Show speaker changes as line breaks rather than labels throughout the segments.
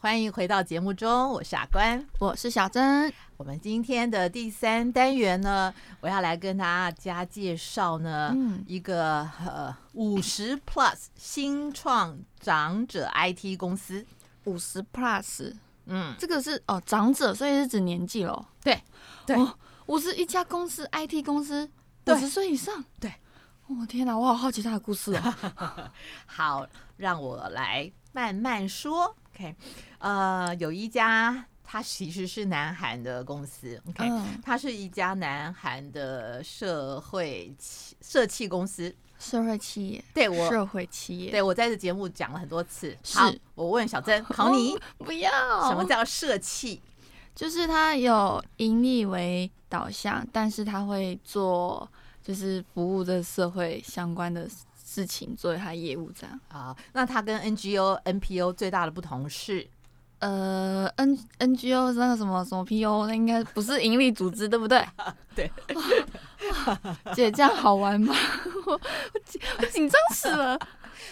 欢迎回到节目中，我是阿关。
我是小珍，
我们今天的第三单元呢，我要来跟大家介绍呢、
嗯
一个呃五十 Plus 新创长者 IT 公司。
五十 plus，
嗯，
这个是哦长者，所以是指年纪喽。
对，对
哦，五十一家公司 IT 公司，
对
五十岁以上，
对
哦。我、天哪，我好好奇他的故事 哦。
好，让我来慢慢说。OK，呃，有一家它其实是南韩的公司。OK，、
嗯，
它是一家南韩的社会企社企公司。
社会企业，
对我
社会企业，
对，我在这节目讲了很多次。
是
好，我问小 珍，考你、
哦不要
什么？叫社企？
就是他有盈利为导向，但是他会做就是服务这社会相关的事情作为他业务这样。
啊，那它跟 NGO、NPO 最大的不同是，
呃，N NGO 是那个什么什么 PO，那应该不是盈利组织，对不 对？
对
哇。哇姐这样好玩吗？ 我我紧我紧张死 了。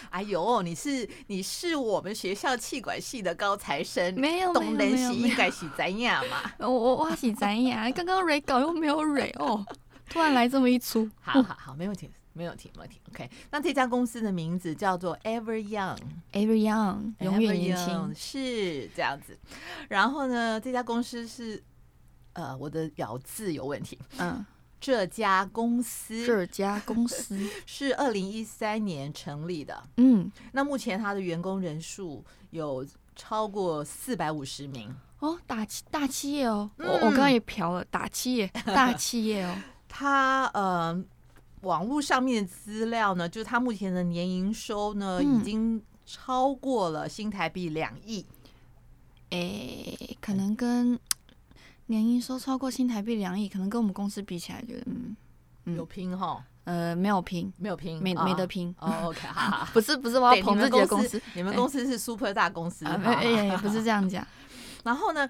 哎呦，你是你是我们学校气管系的高材生，
没有没有
懂人
没有
是
没
应该是怎样 嘛？
有，我我我是咱呀，刚刚蕊稿又没有蕊哦，突然来这么一出，
好好好，没问题，没问题，没问题。OK，那这家公司的名字叫做 Ever Young，
，Every Young 永远
Ever
年
Young，
轻，
是这样子。然后呢，这家公司是，呃，我的咬字有问题。
嗯，
这家公司
这家 公司，
是二零一三年成立的，
嗯，
那目前它的员工人数有超过四百五十名。
哦，大企大企业哦，我
嗯
我刚刚也瞟了，大企 业，大企业哦，
它呃，网络上面的资料呢，就是它目前的年营收呢，
嗯
已经超过了新台币两亿。
诶、可能跟年营收超过新台币两亿，可能跟我们公司比起来，觉得嗯，嗯
有拼哈？
呃，没有拼，
没有拼，
没
啊
没得。拼，
哦，OK，好好。好
不是不是，我
对
要捧自己的公司，，
你们
哎
公司你们公司是 super 大公司，
啊，
好
没
好
哎也不是这样讲，
然后呢，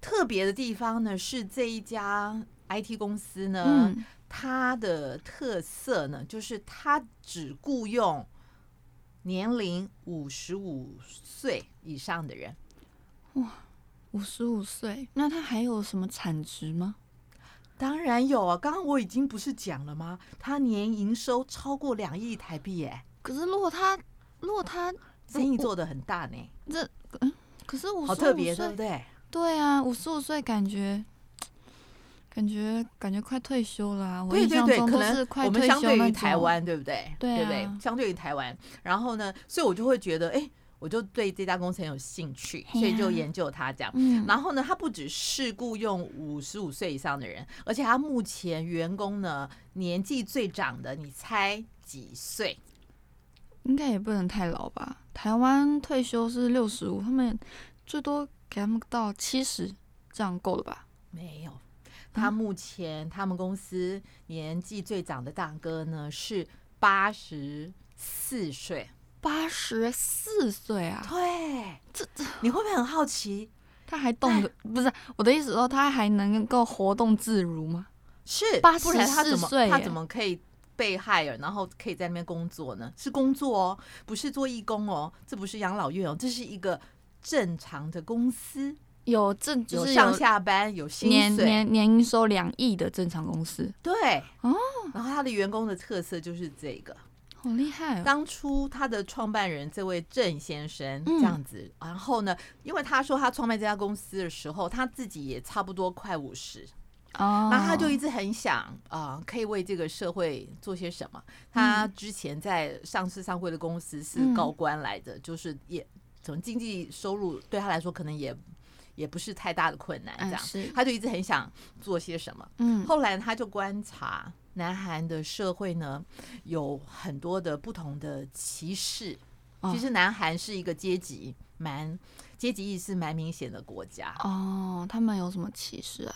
特别的地方呢是这一家 IT 公司呢，
嗯，
它的特色呢，就是它只雇佣年龄五十五岁以上的人，
五十五岁，那他还有什么产值吗？
当然有啊。刚刚我已经不是讲了吗？它年营收超过两亿台币耶、
可是如果他如果他
生意做得很大呢，
这，嗯，可是哦五
好
十
特
五
别，对
岁
不，对？
对啊，五十五岁感觉。感觉感觉快退休了、啊，我
对
印
对
象
对，
中
可
都是
能
快
我们
退
相
休
对
那
于
种
台，湾，对不对？
对啊
不对？相对于台湾，然后呢，所以我就会觉得，哎，我就对这家公司很有兴趣，所以就
嘿呀
研究它这样。
嗯，
然后呢，他不只是雇佣五十五岁以上的人，而且他目前员工呢年纪最长的，你猜几岁？
应该也不能太老吧？台湾退休是六十五，他们最多给他们到七十，这样够了吧？
没有，他目前他们公司年纪最长的大哥呢是八十四岁。
八十四岁啊，
对，
这这
你会不会很好奇？
他还
哎
动得不是我的意思说他还能够活动自如吗？
是，
84
不然他怎么
岁
他
耶
怎么可以？被害人，然后可以在那边工作呢？是工作哦，不是做义工哦，这不是养老院哦，这是一个正常的公司。
有正就
有
是
上下班，有薪
年
水，
年年营收两亿的正常公司，
对
哦。
然后他的员工的特色就是这个。
好厉害哦！
当初他的创办人这位郑先生这
嗯
样子，然后呢，因为他说他创办这家公司的时候，他自己也差不多快五十，
哦，
那他就一直很想啊、呃可以为这个社会做些什么。他之前在上市上柜的公司是
嗯
高官来的，就是也怎么经济收入对他来说可能也也不是太大的困难，这
嗯
样。
是
他就一直很想做些什么。
嗯
后来他就观察南韩的社会呢，有很多的不同的歧视。
哦
其实南韩是一个阶级蛮阶级意识蛮明显的国家，
哦，他们有什么歧视啊？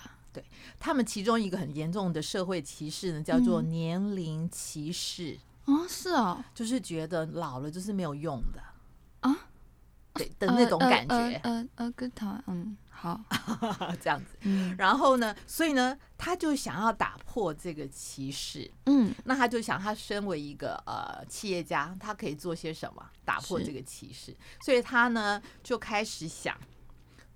他们其中一个很严重的社会歧视呢，叫做
嗯
年龄歧视，
哦，是哦，
就是觉得老了就是没有用的
啊，呃
对的那种感觉。
呃呃呃呃，跟台湾嗯， 好，
这样子。
嗯
然后呢，所以呢，他就想要打破这个歧视。
嗯，
那他就想，他身为一个呃企业家，他可以做些什么打破
是
这个歧视？所以他呢就开始想，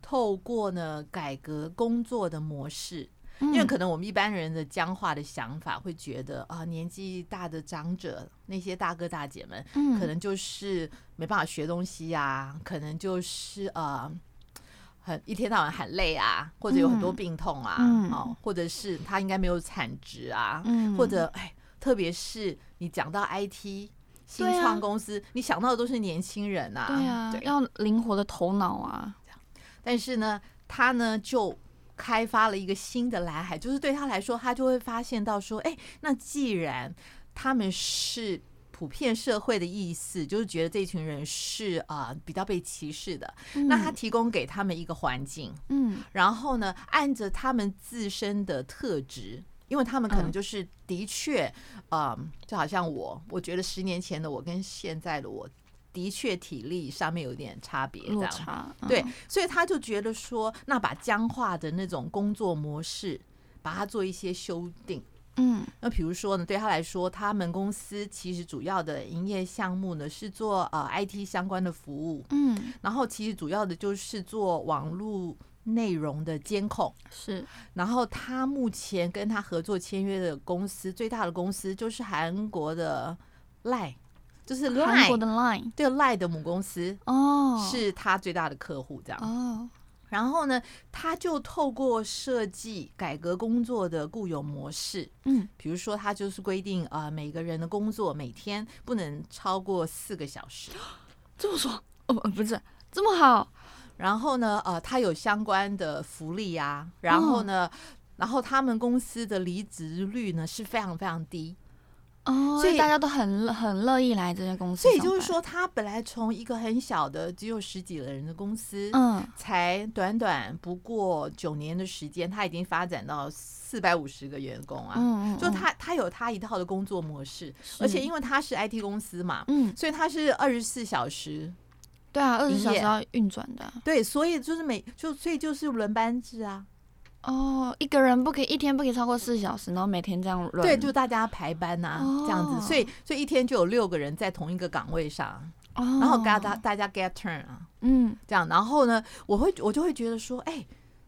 透过呢改革工作的模式，因为
嗯
可能我们一般人的僵化的想法会觉得啊、年纪大的长者那些大哥大姐们，
嗯
可能就是没办法学东西呀、可能就是呃。很一天到晚很累啊，或者有很多
嗯
病痛啊，
嗯
哦，或者是他应该没有产值啊，
嗯
或者哎，特别是你讲到 IT 新
对啊
创公司，你想到的都是年轻人啊，
对啊，
对。
要灵活的头脑啊，
但是呢，他呢就开发了一个新的蓝海，就是对他来说，他就会发现到说，哎，那既然他们是。普遍社会的意思就是觉得这群人是啊、呃比较被歧视的，那他提供给他们一个环境，
嗯
然后呢，按着他们自身的特质，因为他们可能
嗯
就是的确，呃，就好像我，我觉得十年前的我跟现在的我，的确体力上面有点差别，这
落
样。
差，嗯
对，所以他就觉得说，那把僵化的那种工作模式，把它做一些修订。
嗯
那比如说呢，对他来说，他们公司其实主要的营业项目呢是做呃 IT 相关的服务，
嗯
然后其实主要的就是做网络内容的监控。
是
然后他目前跟他合作签约的公司，最大的公司就是韩国的 Line，就是
韩国
Line
的 Line
对 Line 的母公司。
哦，
是他最大的客户，这样。
哦，
然后呢，他就透过设计改革工作的固有模式，
嗯
比如说，他就是规定啊、呃每个人的工作每天不能超过四个小时。
这么爽哦，呃不是这么好，
然后呢，呃，他有相关的福利啊，然
哦
后呢，然后他们公司的离职率呢是非常非常低，
哦，
所
所
以
以大家都很乐很乐意来这些公司，
所以就是，说，他本来从一个很小的只有十几个人的公司，
嗯，
才短短不过九年的时间，他已经发展到四百五十个员工啊，
嗯，嗯
就，他他有他一套的工作模式，
是
而且因为他是 IT 公司嘛。
嗯，
所以他是二十四小时，
对啊，二
营
十小时
业
要运转的啊，
对，所以就是每就所以就是轮班制啊，
哦，一个人不可以一天不可以超过四小时，然后每天这样轮，
对，就大家排班呐、
哦
这样子，所以所以一天就有六个人在同一个岗位上，
哦，
然后大家大家 get turn 啊，
嗯
这样，然后呢，我会我就会觉得说，哎、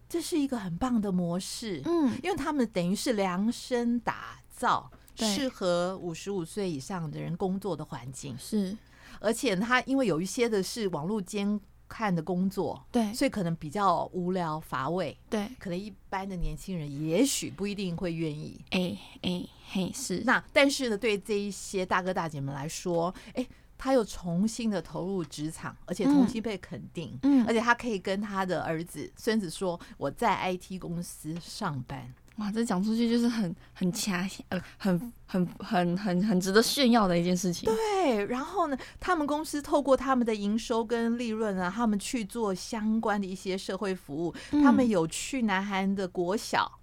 这是一个很棒的模式，
嗯
因为他们等于是量身打造
对
适合五十五岁以上的人工作的环境，
是，
而且他因为有一些的是网络监看的工作，
对
所以可能比较无聊乏味，
对，
可能一般的年轻人也许不一定会愿意。
哎哎嘿是，
那但是呢，对这一些大哥大姐们来说，哎，他又重新的投入职场，而且重新被肯定，
嗯
而且他可以跟他的儿子、孙子说：“我在 IT 公司上班。
哇，这讲出去就是很很掐，呃，很很很很很值得炫耀的一件事情。”
对，然后呢，他们公司透过他们的营收跟利润啊，他们去做相关的一些社会服务，
嗯
他们有去南韩的国小。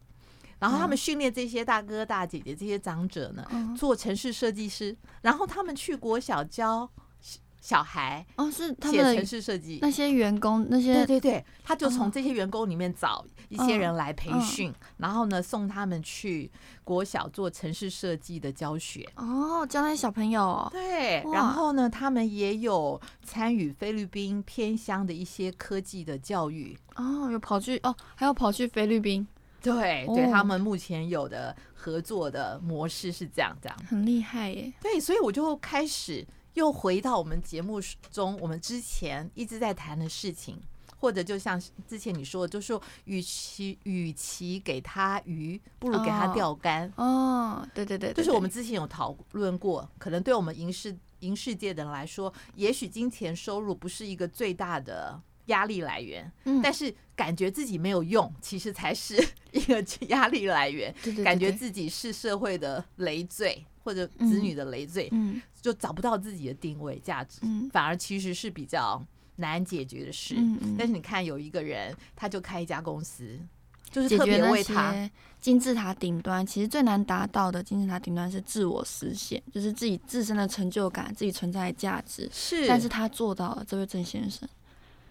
然后他们训练这些大哥大姐姐、这些长者呢，
嗯
做城市设计师。然后他们去国小教小小孩，
哦，是他
写
们
城
的
市设计。
那些员工那
对
些
对对，他就从
哦
这些员工里面找一些人来培
嗯
训，然后呢送他们去国小做城市设计的教学。
哦，教那些小朋友哦，
对，
哇
然后呢，他们也有参与菲律宾偏乡的一些科技的教育。
哦，有跑去哦，还有跑去菲律宾，
对，对
哦
他们目前有的合作的模式是这样这样。
很厉害耶。
对，所以我就开始又回到我们节目中我们之前一直在谈的事情，或者就像之前你说的，就是说与其与其给他鱼，不如给他
哦
钓竿。
哦，对对对对
就是
对
我们之前有讨论过，可能对我们银世银世界的人来说，也许金钱收入不是一个最大的压力来源，
嗯
但是感觉自己没有用，其实才是 一个压力来源，
对对对
感觉
对
自己是社会的累赘或者子女的累赘，
嗯
就找不到自己的定位价值，
嗯
反而其实是比较难解决的事。
嗯嗯
但是你看，有一个人他就开一家公司，就是
解
特
决
别
那
为他。
些金字塔顶端，其实最难达到的金字塔顶端是自我实现，就是自己自身的成就感、自己存在的价值。
是，
但是他做到了，这位郑先生。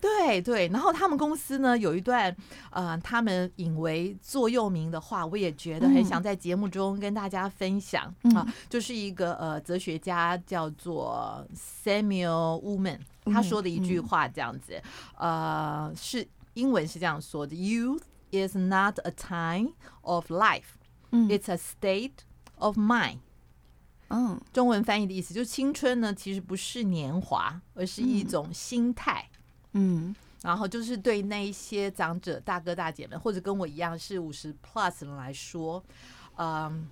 对对，然后他们公司呢有一段，呃，他们引为座右铭的话，我也觉得很
嗯
想在节目中跟大家分享、啊，就是一个呃哲学家叫做 Samuel Woman，他
嗯
说的一句
嗯
话这样子，呃，是英文是这样说的：Youth is not a time of life,
嗯
it's a state of mind。
嗯
中文翻译的意思就是青春呢，其实不是年华，而是一
嗯
种心态。
嗯
然后就是对那一些长者大哥大姐们，或者跟我一样是五十 plus 人来说，嗯，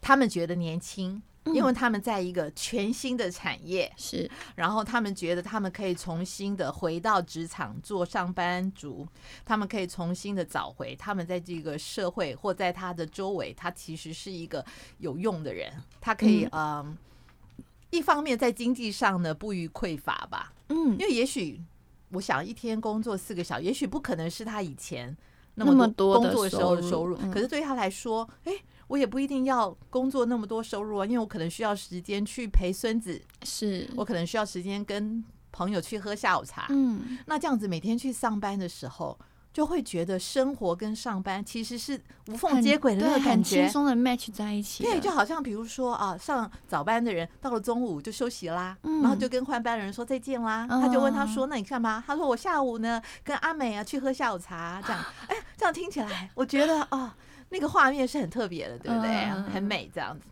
他们觉得年轻，因为他们在一个全新的产业，
是
然后他们觉得他们可以重新的回到职场做上班族，他们可以重新的找回他们在这个社会或在他的周围，他其实是一个有用的人，他可以嗯。一方面在经济上呢不予匮乏吧，因
嗯
为也许我想一天工作四个小时，也许不可能是他以前那
那
么
么多
工
的
作的时候的
收
收
入嗯
入，可是对他来说，哎、我也不一定要工作那么多收入啊，因为我可能需要时间去陪孙子，
是
我可能需要时间跟朋友去喝下午茶。
嗯
那这样子每天去上班的时候，就会觉得生活跟上班其实是无缝
很
接轨的那
对
个感
很轻
觉。
松的 match 在一起的，
对，就好像比如说啊，上早班的人到了中午就休息啦，
嗯
然后就跟换班的人说再见啦。他就问他说：“那你干嘛？”他说：“我下午呢跟阿美啊去喝下午茶。”这样， 哎，这样听起来我觉得哦，那个画面是很特别的，对不对？
嗯嗯嗯
很美这样子。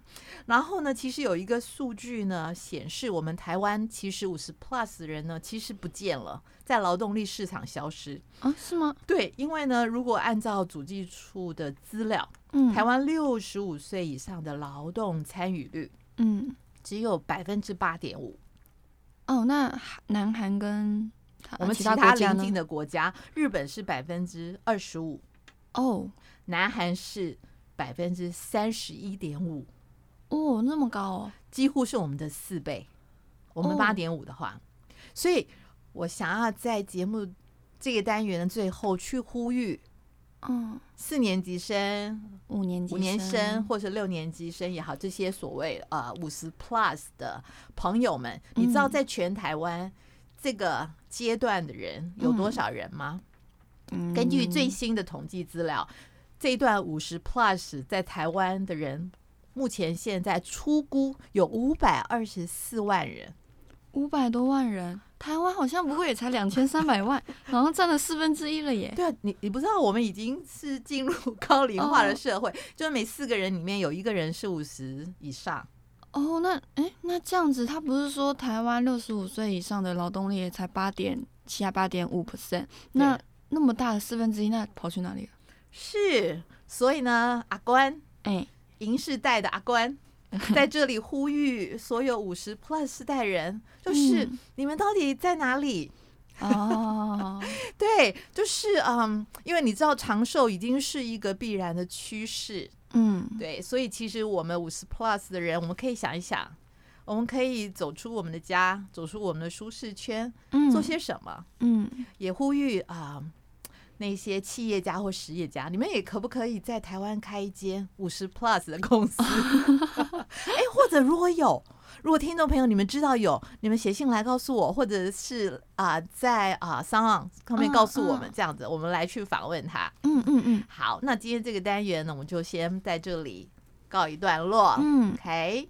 然后呢，其实有一个数据呢显示，我们台湾其实五十 plus 的人呢其实不见了，在劳动力市场消失。
啊是吗？
对，因为呢，如果按照主计处的资料，
嗯，
台湾六十五岁以上的劳动参与率
嗯
只有百分之八点五。
哦，那韩南韩跟他
我们
啊其
其他
国家
邻
呢
近？的国家，日本是百分之二十五，
哦
南韩是百分之三十一点五，
哦，那么高哦，
几乎是我们的四倍。我们
哦
八点五的话，所以我想要在节目这个单元的最后去呼吁
嗯，
四年级生、
五年级
五年生或是六年级生也好，这些所谓呃五十 plus 的朋友们，你知道
嗯
在全台湾这个阶段的人有多少人吗？
嗯
根据最新的统计资料，这一段五十 plus 在台湾的人，目前现在出估有五百二十四万人。
五百多万人，台湾好像不过也才两千三百 万，好像占了四分之一了耶。
对啊，你你不知道我们已经是进入高龄化的
哦
社会，就是每四个人里面有一个人是五十以上。
哦，那诶，那这样子，他不是说台湾六十五岁以上的劳动力也才八点七啊八点五 percent，那
对
那么大的四分之一，那跑去哪里了？
是，所以呢，阿关
哎、
银世代的阿 关在这里呼吁所有五十 plus 世代人，就是
嗯
你们到底在哪里？
哦，
对，就是嗯，因为你知道长寿已经是一个必然的趋势，
嗯，
对，所以其实我们五十 plus 的人，我们可以想一想，我们可以走出我们的家，走出我们的舒适圈，
嗯，
做些什么？
嗯，
也呼吁啊、那些企业家或实业家，你们也可不可以在台湾开一间五十 plus 的公司？ 哎、或者如果有，如果听众朋友你们知道有，你们写信来告诉我，或者是啊、在啊商浪上面
嗯
告诉我们，
嗯
这样子我们来去访问他。
嗯嗯嗯
好，那今天这个单元呢，我们就先在这里告一段落。
嗯，
OK，